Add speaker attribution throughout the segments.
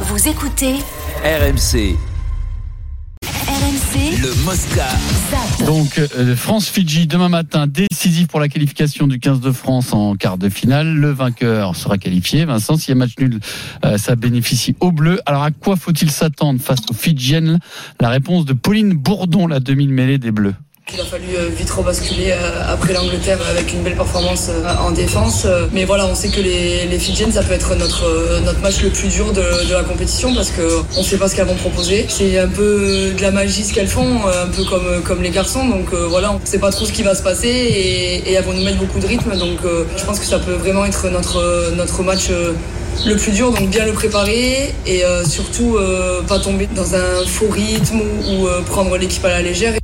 Speaker 1: Vous écoutez
Speaker 2: RMC,
Speaker 1: RMC
Speaker 2: le Mosca.
Speaker 1: Zap.
Speaker 3: Donc euh, France-Fidji demain matin décisif pour la qualification du 15 de France en quart de finale. Le vainqueur sera qualifié. Vincent, s'il y a match nul, euh, ça bénéficie au bleu. Alors à quoi faut-il s'attendre face aux Fidjiennes La réponse de Pauline Bourdon, la demi-mêlée des Bleus.
Speaker 4: Il a fallu euh, vite rebasculer euh, après l'Angleterre avec une belle performance euh, en défense. Euh, Mais voilà, on sait que les, les Fidjiens, ça peut être notre, euh, notre match le plus dur de, de la compétition parce qu'on ne sait pas ce qu'elles vont proposer. C'est un peu de la magie ce qu'elles font, euh, un peu comme, comme les garçons. Donc euh, voilà, on ne sait pas trop ce qui va se passer et, et elles vont nous mettre beaucoup de rythme. Donc euh, je pense que ça peut vraiment être notre, notre match euh, le plus dur, donc bien le préparer et euh, surtout euh, pas tomber dans un faux rythme ou, ou, euh, prendre l'équipe à la légère.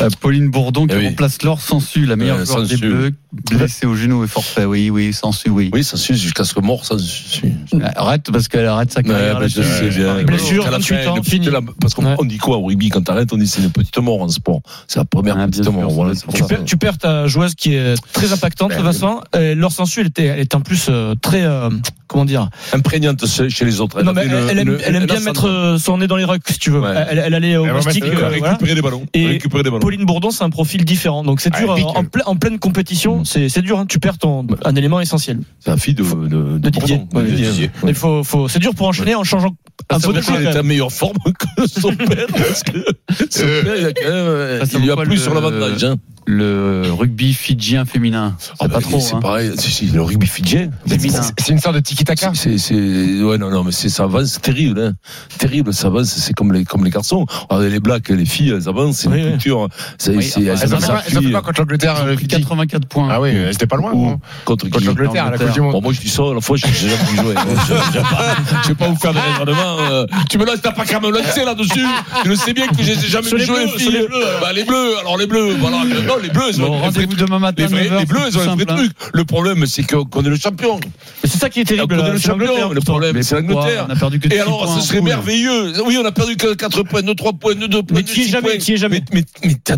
Speaker 3: Euh, Pauline Bourdon qui
Speaker 5: Eh oui.
Speaker 3: remplace Laure Sansu, la meilleure
Speaker 5: Euh,
Speaker 3: joueuse des
Speaker 5: Sansu.
Speaker 3: Bleus, blessée au genou et forfait. Oui, oui, Sansu, oui. Euh,
Speaker 5: Oui, ça suit jusqu'à ce que mort, ça suit.
Speaker 3: Arrête parce qu'elle arrête sa carrière.
Speaker 5: Ouais, bah,
Speaker 3: là-dessus.
Speaker 5: je sais bien.
Speaker 3: Ouais.
Speaker 6: Blessure,
Speaker 5: Qu'à la
Speaker 6: 28
Speaker 5: fin,
Speaker 6: ans,
Speaker 5: le petit
Speaker 6: fini.
Speaker 5: de la- Parce qu'on
Speaker 6: Ouais.
Speaker 5: on dit quoi au rugby quand t'arrêtes On dit c'est une petite mort en sport. C'est la première
Speaker 3: Ah, bien
Speaker 5: petite
Speaker 3: sûr,
Speaker 5: mort.
Speaker 3: c'est
Speaker 5: Voilà,
Speaker 3: vrai,
Speaker 5: c'est pour
Speaker 3: c'est
Speaker 5: ça.
Speaker 3: vrai.
Speaker 6: Tu perds ta joueuse qui est très impactante,
Speaker 5: Ben,
Speaker 6: Vincent. Et Laure Sensu, elle était, elle était en plus euh, très, euh, comment dire
Speaker 5: Imprégnante chez chez les autres.
Speaker 6: Non,
Speaker 5: a
Speaker 6: mais
Speaker 5: fait
Speaker 6: elle,
Speaker 5: une-
Speaker 6: elle aime,
Speaker 5: une-
Speaker 6: elle aime
Speaker 5: une
Speaker 6: bien
Speaker 5: ascendante.
Speaker 6: mettre euh, son nez dans les rucks, si tu veux.
Speaker 5: Ouais.
Speaker 6: Elle, elle allait au
Speaker 7: Elle va
Speaker 6: mastic.
Speaker 7: mettre- elle va
Speaker 6: euh, voilà.
Speaker 7: récupérer des ballons.
Speaker 6: Et-
Speaker 7: récupérer des ballons.
Speaker 6: Pauline Bourdon, c'est un profil différent. Donc c'est
Speaker 7: Ah,
Speaker 6: dur.
Speaker 7: elle
Speaker 6: en,
Speaker 7: pique.
Speaker 6: ple- en pleine
Speaker 5: Mm.
Speaker 6: compétition, c'est c'est dur. hein. Tu perds ton, un élément essentiel.
Speaker 5: C'est la fille de, de, de,
Speaker 6: De Didier.
Speaker 5: Bourdon,
Speaker 6: Ouais,
Speaker 5: de
Speaker 6: Didier.
Speaker 5: Didier. Ah,
Speaker 6: Mais faut, faut, c'est dur pour enchaîner en changeant un
Speaker 5: Ça
Speaker 6: peu de
Speaker 5: veut dire
Speaker 6: joueur,
Speaker 5: qu'elle
Speaker 6: quand
Speaker 5: est en
Speaker 6: même.
Speaker 5: meilleure forme que son père. Parce que son père, il a quand même. euh,
Speaker 3: Ça, Ah, ça
Speaker 5: Il lui
Speaker 3: vaut
Speaker 5: a
Speaker 3: pas
Speaker 5: plu
Speaker 3: le-
Speaker 5: sur l'avantage. hein.
Speaker 3: Le rugby fidjien féminin, c'est
Speaker 5: Ah,
Speaker 3: pas
Speaker 5: bah,
Speaker 3: trop.
Speaker 5: C'est
Speaker 3: hein.
Speaker 5: pareil. Si, si, le rugby fidjien.
Speaker 3: Féminin.
Speaker 7: C'est une sorte de tiki-taka.
Speaker 5: C'est, c'est, ouais, non, non, mais c'est, ça avance, c'est terrible, hein. Terrible, ça avance, c'est comme les, comme les garçons. Alors, les blacks, les filles, elles avancent, c'est
Speaker 6: Oui,
Speaker 5: une
Speaker 6: oui.
Speaker 5: culture. C'est,
Speaker 3: Oui,
Speaker 5: c'est,
Speaker 3: enfin,
Speaker 7: Elles
Speaker 3: Ça me
Speaker 7: ont fait
Speaker 5: avancent,
Speaker 7: pas- elles ont fait pas contre
Speaker 5: Ah,
Speaker 7: l'Angleterre. le
Speaker 3: Ils ont pris
Speaker 7: Fidji.
Speaker 3: 84 points.
Speaker 7: Ah oui, elles étaient pas loin.
Speaker 5: Ou
Speaker 7: hein.
Speaker 5: contre qui
Speaker 7: Contre l'Angleterre, à la Coupe du Monde.
Speaker 5: Bon, moi, je dis ça, la fois, j'ai j'ai jamais pu jouer. Je, je vais pas, je vais pas vous faire des raisonnements, euh, tu me lances, t'as pas qu'à me lancer là-dessus. Tu le sais bien que j'ai j'ai jamais
Speaker 6: Sur les
Speaker 5: joué,
Speaker 6: bleus, sur les bleus,
Speaker 5: Bah, les bleus, alors les bleus, voilà. Non, les bleus, ils
Speaker 3: Bon,
Speaker 5: ont un vrai
Speaker 3: rendez-vous
Speaker 5: truc.
Speaker 3: demain matin.
Speaker 5: Les, vrais-
Speaker 3: 9 heures,
Speaker 5: les bleus, ils
Speaker 3: c'est
Speaker 5: ont un
Speaker 3: tout
Speaker 5: vrai
Speaker 3: simple, hein.
Speaker 5: truc. Le problème, c'est que- qu'on est le champion.
Speaker 6: Mais C'est ça qui est
Speaker 5: On
Speaker 6: terrible.
Speaker 5: est
Speaker 6: là,
Speaker 5: le
Speaker 6: c'est l'Angleterre.
Speaker 5: champion. Le problème,
Speaker 3: Mais
Speaker 5: c'est
Speaker 3: pourquoi
Speaker 5: l'Angleterre.
Speaker 3: hein. On a perdu que
Speaker 5: Et
Speaker 3: six
Speaker 5: alors,
Speaker 3: points
Speaker 5: ce
Speaker 3: en
Speaker 5: serait
Speaker 3: poule.
Speaker 5: merveilleux. Oui, on a perdu que 4 points, 2, 3 points, 2, 2 points.
Speaker 6: Mais qui est
Speaker 5: six
Speaker 6: jamais,
Speaker 5: points.
Speaker 6: qui est jamais.
Speaker 5: Mais, mais, mais t'as-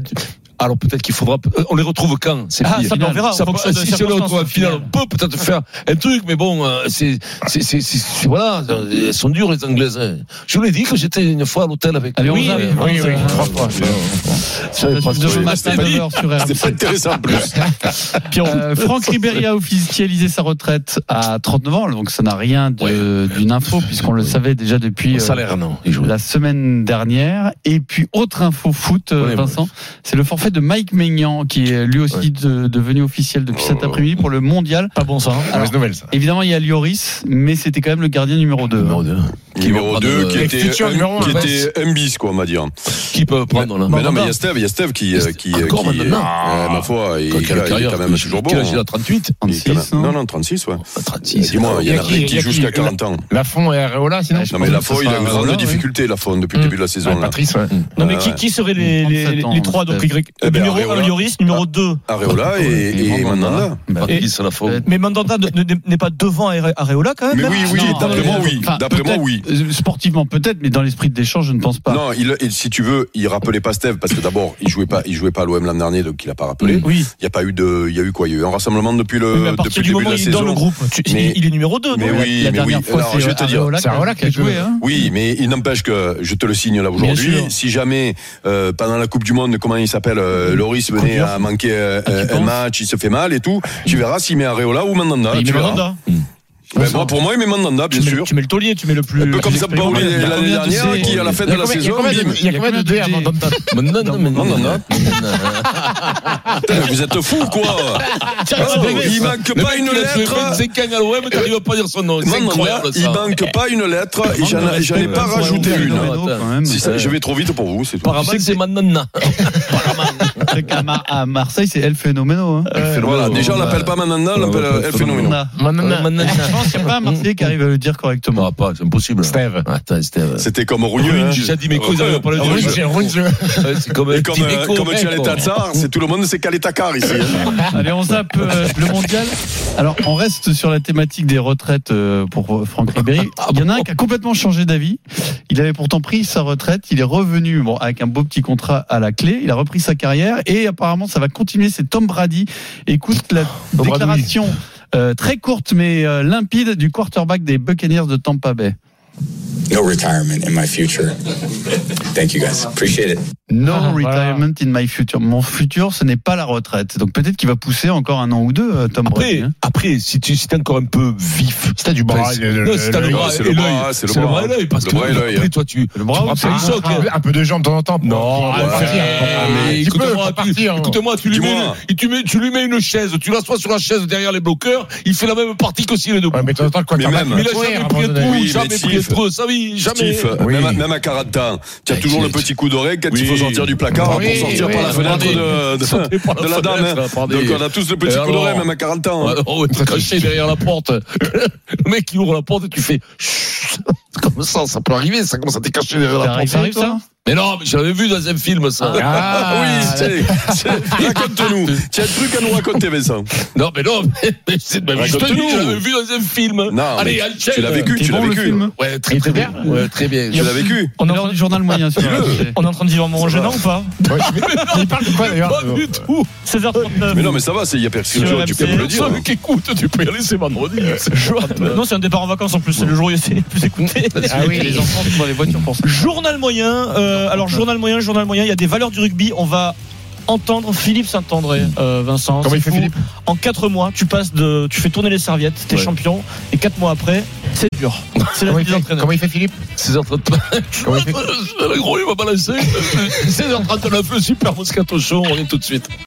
Speaker 5: alors peut-être qu'il faudra. euh, On les retrouve quand ces
Speaker 6: Ah,
Speaker 5: filles
Speaker 6: ça, ben, on verra. en
Speaker 5: Ça peut-
Speaker 6: fonction de
Speaker 5: si si on les retrouve en
Speaker 6: circonstances.
Speaker 5: finale, on peut peut-être faire un truc, mais bon, euh, c'est, c'est, c'est, c'est- c'est- voilà, elles sont dures les Anglaises. hein. Je vous l'ai dit que j'étais une fois à l'hôtel avec.
Speaker 3: Allez, on
Speaker 5: Oui,
Speaker 3: arrive.
Speaker 5: oui,
Speaker 7: Oui, oui,
Speaker 3: Euh,
Speaker 7: trois fois.
Speaker 5: savais pas ce que
Speaker 3: Demain
Speaker 5: je-
Speaker 3: matin,
Speaker 5: c'est pas
Speaker 3: 9 heures sur RMC.
Speaker 5: intéressant plus.
Speaker 3: Euh, Franck Ribéry a officialisé sa retraite à 39 ans, donc ça n'a rien de- d'une info, puisqu'on le savait déjà depuis
Speaker 5: Le
Speaker 3: euh,
Speaker 5: salaire, non. il joue.
Speaker 3: la semaine dernière. Et puis, autre info foot, euh,
Speaker 5: Ouais,
Speaker 3: Vincent, c'est le forfait de Mike Maignan, qui est lui aussi
Speaker 5: Ouais.
Speaker 3: de- devenu officiel depuis cet après-midi pour le mondial.
Speaker 6: Pas bon ça. hein.
Speaker 7: Mauvaise nouvelle, ça.
Speaker 3: Évidemment, il y a Lloris, mais c'était quand même le gardien numéro hein. 2.
Speaker 5: Numéro 2.
Speaker 8: Numéro 2 euh, qui était,
Speaker 7: futur numéro un,
Speaker 8: qui
Speaker 7: en fait.
Speaker 8: était un bis, quoi, on va dire.
Speaker 5: Qui peut prendre là
Speaker 8: mais non, mais il y a Steve, il y a Steve qui. euh, qui euh,
Speaker 5: Encore
Speaker 8: qui-
Speaker 5: maintenant
Speaker 8: Ah, ma foi, il,
Speaker 5: Quelle
Speaker 8: il est
Speaker 5: carrière,
Speaker 8: quand même toujours bon.
Speaker 5: Quel âge il a 38
Speaker 8: Il est quand même-
Speaker 3: 36, hein.
Speaker 8: Non, non, 36, ouais.
Speaker 5: 36.
Speaker 8: Dis-moi, il y en a
Speaker 7: hein. Il y a qui-
Speaker 8: qui,
Speaker 7: il y a qui-
Speaker 8: jusqu'à 40 ans.
Speaker 7: Lafont et Areola, sinon
Speaker 8: Non, mais Lafont, il a une
Speaker 3: sera-
Speaker 8: grande
Speaker 3: voilà,
Speaker 8: difficulté, Lafont, depuis le
Speaker 7: Hmm.
Speaker 6: Mm.
Speaker 8: début de la saison.
Speaker 7: Ouais,
Speaker 8: là.
Speaker 7: Patrice, ouais.
Speaker 6: Non, mais
Speaker 8: Ouais,
Speaker 6: qui,
Speaker 8: ouais.
Speaker 6: qui seraient les, les,
Speaker 3: 37 ans,
Speaker 6: les trois Donc,
Speaker 3: Steph.
Speaker 6: Y-
Speaker 8: Eh ben,
Speaker 6: numéro
Speaker 8: Areola.
Speaker 6: 1, Lloris, numéro 2.
Speaker 8: Areola et, et, Mandanda.
Speaker 3: Bah,
Speaker 5: Patrice à la fois.
Speaker 3: Euh,
Speaker 6: Mais Mandanda ne- ne- n'est pas devant Are- Areola quand même hein
Speaker 8: Mais
Speaker 6: même
Speaker 8: oui, oui,
Speaker 3: Non,
Speaker 8: d'après moi,
Speaker 3: euh,
Speaker 8: oui.
Speaker 3: enfin,
Speaker 8: D'après moi,
Speaker 3: peut-être,
Speaker 8: oui.
Speaker 3: euh, Sportivement, peut-être, mais dans l'esprit de l'échange, je ne pense pas.
Speaker 8: Non, il, il- si tu veux, il rappelait pas Steve parce que d'abord, il jouait pas, il jouait pas à l'OM l'an dernier, donc il a pas rappelé.
Speaker 6: Oui.
Speaker 8: Il y a pas eu de, il y a eu quoi Il y a eu un rassemblement depuis
Speaker 6: Oui, mais
Speaker 8: le,
Speaker 6: à
Speaker 8: euh, depuis
Speaker 6: partir
Speaker 8: le
Speaker 6: du
Speaker 8: début de
Speaker 6: moment où
Speaker 8: la
Speaker 6: il est dans le
Speaker 8: saison.
Speaker 6: groupe, tu- il-
Speaker 8: Mais-
Speaker 6: il est numéro 2.
Speaker 8: mais oui,
Speaker 3: la
Speaker 8: mais
Speaker 3: dernière
Speaker 8: oui.
Speaker 3: fois,
Speaker 8: Alors,
Speaker 3: c'est
Speaker 8: je vais te dire,
Speaker 3: Areola
Speaker 7: c'est Areola qui a joué.
Speaker 3: hein.
Speaker 8: Oui, mais il n'empêche que je te le signe là aujourd'hui.
Speaker 6: Bien sûr.
Speaker 8: Si jamais euh, pendant la Coupe du Monde, comment il s'appelle, euh, Loris venait
Speaker 6: Coupure.
Speaker 8: à manquer euh,
Speaker 3: Ah, tu
Speaker 8: un
Speaker 3: penses
Speaker 8: match, il se fait mal et tout, tu verras s'il met Areola ou
Speaker 7: Ah,
Speaker 8: Mandanda.
Speaker 6: Ah, il
Speaker 8: tu
Speaker 6: met
Speaker 8: verras.
Speaker 6: Mandanda.
Speaker 8: Ben, moi, pour moi, il met Mandanda, bien
Speaker 6: tu, mets,
Speaker 8: sûr.
Speaker 6: hein. tu mets le taulier, tu mets le plus.
Speaker 8: Un peu comme
Speaker 6: plus
Speaker 8: ça,
Speaker 6: expérimenté.
Speaker 3: Il
Speaker 8: Paoli
Speaker 3: y a
Speaker 8: l'année
Speaker 3: combien de
Speaker 8: dernière,
Speaker 3: C-
Speaker 8: qui à la fin
Speaker 7: Il y
Speaker 8: de
Speaker 7: a
Speaker 8: la
Speaker 7: combien- il y a
Speaker 8: saison,
Speaker 7: combien
Speaker 8: bim.
Speaker 7: de- il y a combien de
Speaker 3: Il y a
Speaker 7: dés
Speaker 3: combien de
Speaker 7: avant Dante
Speaker 5: Mandanda, Mandanda.
Speaker 8: Putain, mais Vous êtes fous, quoi
Speaker 5: c'est dingue,
Speaker 8: Oh, Il
Speaker 5: ça.
Speaker 8: manque
Speaker 5: Le
Speaker 8: pas
Speaker 5: mec,
Speaker 8: une
Speaker 5: il a joué
Speaker 8: lettre.
Speaker 5: 25 ans à l'OM, t'arrives pas à dire son nom. C'est
Speaker 8: Mandanda,
Speaker 5: incroyable,
Speaker 8: il
Speaker 5: ça.
Speaker 8: manque pas une lettre et j'en ai- j'en ai pas
Speaker 3: Pour
Speaker 8: rajouté
Speaker 3: Alonso
Speaker 8: une.
Speaker 3: Moreno,
Speaker 5: Attends.
Speaker 3: quand même.
Speaker 8: Si ça- Je vais trop vite pour vous, c'est tout.
Speaker 5: Par avance, c'est Mandanda.
Speaker 3: C'est qu'à Mar- à Marseille, c'est El Fenomeno. Hein.
Speaker 8: Voilà,
Speaker 5: Ouais,
Speaker 8: déjà on
Speaker 5: ouais,
Speaker 8: l'appelle pas Mandanda, on l'appelle euh, El Phénoménon.
Speaker 3: Mandanda.
Speaker 7: Mandanda.
Speaker 3: Je pense qu'il n'y a pas un Marseillais qui arrive à le dire correctement.
Speaker 5: Thomas, pas, c'est impossible.
Speaker 7: Steve.
Speaker 5: Attends, Steve.
Speaker 8: C'était comme Rouilleux.
Speaker 5: Rune,
Speaker 8: hein.
Speaker 5: j'ai déjà dit mes causes, ils n'arrivent pas à le
Speaker 7: Rouge,
Speaker 5: dire.
Speaker 7: j'ai rouge.
Speaker 5: Ouais, C'est comme
Speaker 8: Et comme,
Speaker 5: Tim
Speaker 8: euh,
Speaker 5: Eco,
Speaker 8: comme
Speaker 5: mec, quoi.
Speaker 8: Tchaleta Tsar, c'est tout le monde, c'est Kaletakar ici. hein.
Speaker 3: Allez, on zappe euh, le mondial. Alors, on reste sur la thématique des retraites euh, pour Franck Ribéry. Il y en a un qui a complètement changé d'avis. Il avait pourtant pris sa retraite. Il est revenu bon, avec un beau petit contrat à la clé. Il a repris sa carrière et apparemment, ça va continuer. C'est Tom Brady. Écoute la
Speaker 7: Brady.
Speaker 3: déclaration euh, très courte mais euh, limpide du quarterback des Buccaneers de Tampa Bay.
Speaker 1: no retirement in my future. Thank you guys. Appreciate it.
Speaker 3: No
Speaker 6: Ah, voilà.
Speaker 3: retirement in my future. Mon futur, ce n'est pas la retraite. Donc peut-être qu'il va pousser encore un an ou deux, euh, Tom Brady.
Speaker 5: Après,
Speaker 3: hein.
Speaker 5: après, si tu si t'es encore un peu vif,
Speaker 7: Si t'as du
Speaker 5: Bah,
Speaker 7: bras,
Speaker 5: c'est-
Speaker 7: le- le-
Speaker 5: non, c'est le
Speaker 7: le-
Speaker 5: bras
Speaker 8: c'est
Speaker 5: et
Speaker 8: le
Speaker 5: l'œil.
Speaker 8: bras,
Speaker 5: C'est le bras et l'œil, parce
Speaker 8: Le
Speaker 5: que
Speaker 8: bras et l'œil.
Speaker 5: après, toi, tu.
Speaker 3: Le bras,
Speaker 5: Ah,
Speaker 3: c'est
Speaker 5: c'est le choc. hein. Ah,
Speaker 7: un peu de jambes de temps en temps.
Speaker 5: Non,
Speaker 7: Pour partir.
Speaker 5: mais
Speaker 7: Tu peux
Speaker 5: Eh, écoute-moi, tu,
Speaker 7: partir.
Speaker 5: écoute-moi, tu lui mets,
Speaker 8: Dis-moi.
Speaker 5: une- tu, mets- tu lui mets une chaise, tu l'assois sur la chaise derrière les bloqueurs, il fait la même partie que s'il est debout.
Speaker 7: Ouais, mais de temps en temps, quoi,
Speaker 8: Mais
Speaker 7: t'as
Speaker 8: même-
Speaker 7: pas-
Speaker 5: Mais il a
Speaker 7: courir,
Speaker 5: jamais
Speaker 7: à un
Speaker 5: pris
Speaker 7: moment
Speaker 5: de
Speaker 7: donné.
Speaker 5: trou,
Speaker 8: Oui,
Speaker 5: jamais
Speaker 8: mais
Speaker 5: pris de
Speaker 8: Steve.
Speaker 5: trou, ça oui, jamais.
Speaker 8: Steve,
Speaker 7: Oui.
Speaker 8: même, à- même à 40 ans, tu as
Speaker 5: Ah,
Speaker 8: toujours le
Speaker 5: Steve.
Speaker 8: petit coup d'oreille quand
Speaker 5: Oui.
Speaker 8: il faut sortir du placard
Speaker 7: Oui,
Speaker 8: pour sortir
Speaker 7: oui,
Speaker 8: par la
Speaker 7: oui.
Speaker 8: fenêtre de,
Speaker 5: Sortez par la
Speaker 8: de, de la dame.
Speaker 5: fenêtre,
Speaker 8: hein.
Speaker 5: attendez.
Speaker 8: Donc on a tous le
Speaker 5: Et
Speaker 8: petit coup
Speaker 5: alors
Speaker 8: d'oreille même à 40 ans. hein.
Speaker 5: on va te cacher derrière la porte. Le mec, il ouvre la porte et tu fais. Chut Comme ça, ça peut arriver, ça commence à te cacher derrière
Speaker 3: T'es
Speaker 5: la porte.
Speaker 3: arrivé, toi
Speaker 5: Mais non, mais je l'avais vu dans un film, ça.
Speaker 7: Ah,
Speaker 8: oui, c'est- c'est- raconte-nous. Tu as un truc à nous raconter, Vincent.
Speaker 5: Non, mais non, mais, mais c'est de ma vie. Je te dis,
Speaker 8: Raconte-nous.
Speaker 5: je l'avais vu dans un film.
Speaker 8: Non,
Speaker 5: Allez,
Speaker 8: mais
Speaker 5: enchaîne.
Speaker 8: tu l'as vécu,
Speaker 3: T'es
Speaker 8: tu l'as
Speaker 3: bon, le
Speaker 8: vécu.
Speaker 3: film
Speaker 5: Ouais, très, très bien. Ouais, très bien.
Speaker 8: Tu l'as vécu.
Speaker 6: On est,
Speaker 3: C'est
Speaker 6: en
Speaker 3: l'heure
Speaker 6: train,
Speaker 3: du journal moyen. sur la-
Speaker 6: on est en train de vivre un moment gênant ou pas
Speaker 7: Ouais, mais- Il parle de quoi
Speaker 5: Pas
Speaker 7: d'ailleurs euh,
Speaker 5: du tout.
Speaker 6: 16h39.
Speaker 8: Ah, euh, Mais non, mais ça va, c'est- il y a personne,
Speaker 6: Sur
Speaker 8: tu peux
Speaker 6: RMC,
Speaker 8: me le dire. hein. Euh,
Speaker 5: Celui qui écoute, tu peux y aller, c'est vendredi. C'est chouette.
Speaker 6: Non, c'est un départ en vacances en plus, c'est le jour où c'est le plus écouté.
Speaker 7: Ah oui.
Speaker 3: Les enfants sont dans les voitures pour ça.
Speaker 6: Journal moyen, euh, alors journal moyen, journal moyen, il y a des valeurs du rugby, on va entendre Philippe Saint-André, euh, Vincent.
Speaker 7: Mmh. Comment
Speaker 6: C'est
Speaker 7: il fait
Speaker 6: fou.
Speaker 7: Philippe
Speaker 6: En 4 mois, tu passes de, tu fais tourner les serviettes, t'es
Speaker 5: Ouais.
Speaker 6: champion, et 4 mois après, c'est dur. C'est la
Speaker 7: Comment
Speaker 6: vie
Speaker 7: il
Speaker 6: des
Speaker 7: fait-
Speaker 6: entraîneurs.
Speaker 7: Comment il fait Philippe
Speaker 5: 16h39.
Speaker 7: Comment il fait
Speaker 5: Le gros, il m'a balancé. 16h39, le super Moscato Show. On est tout de suite.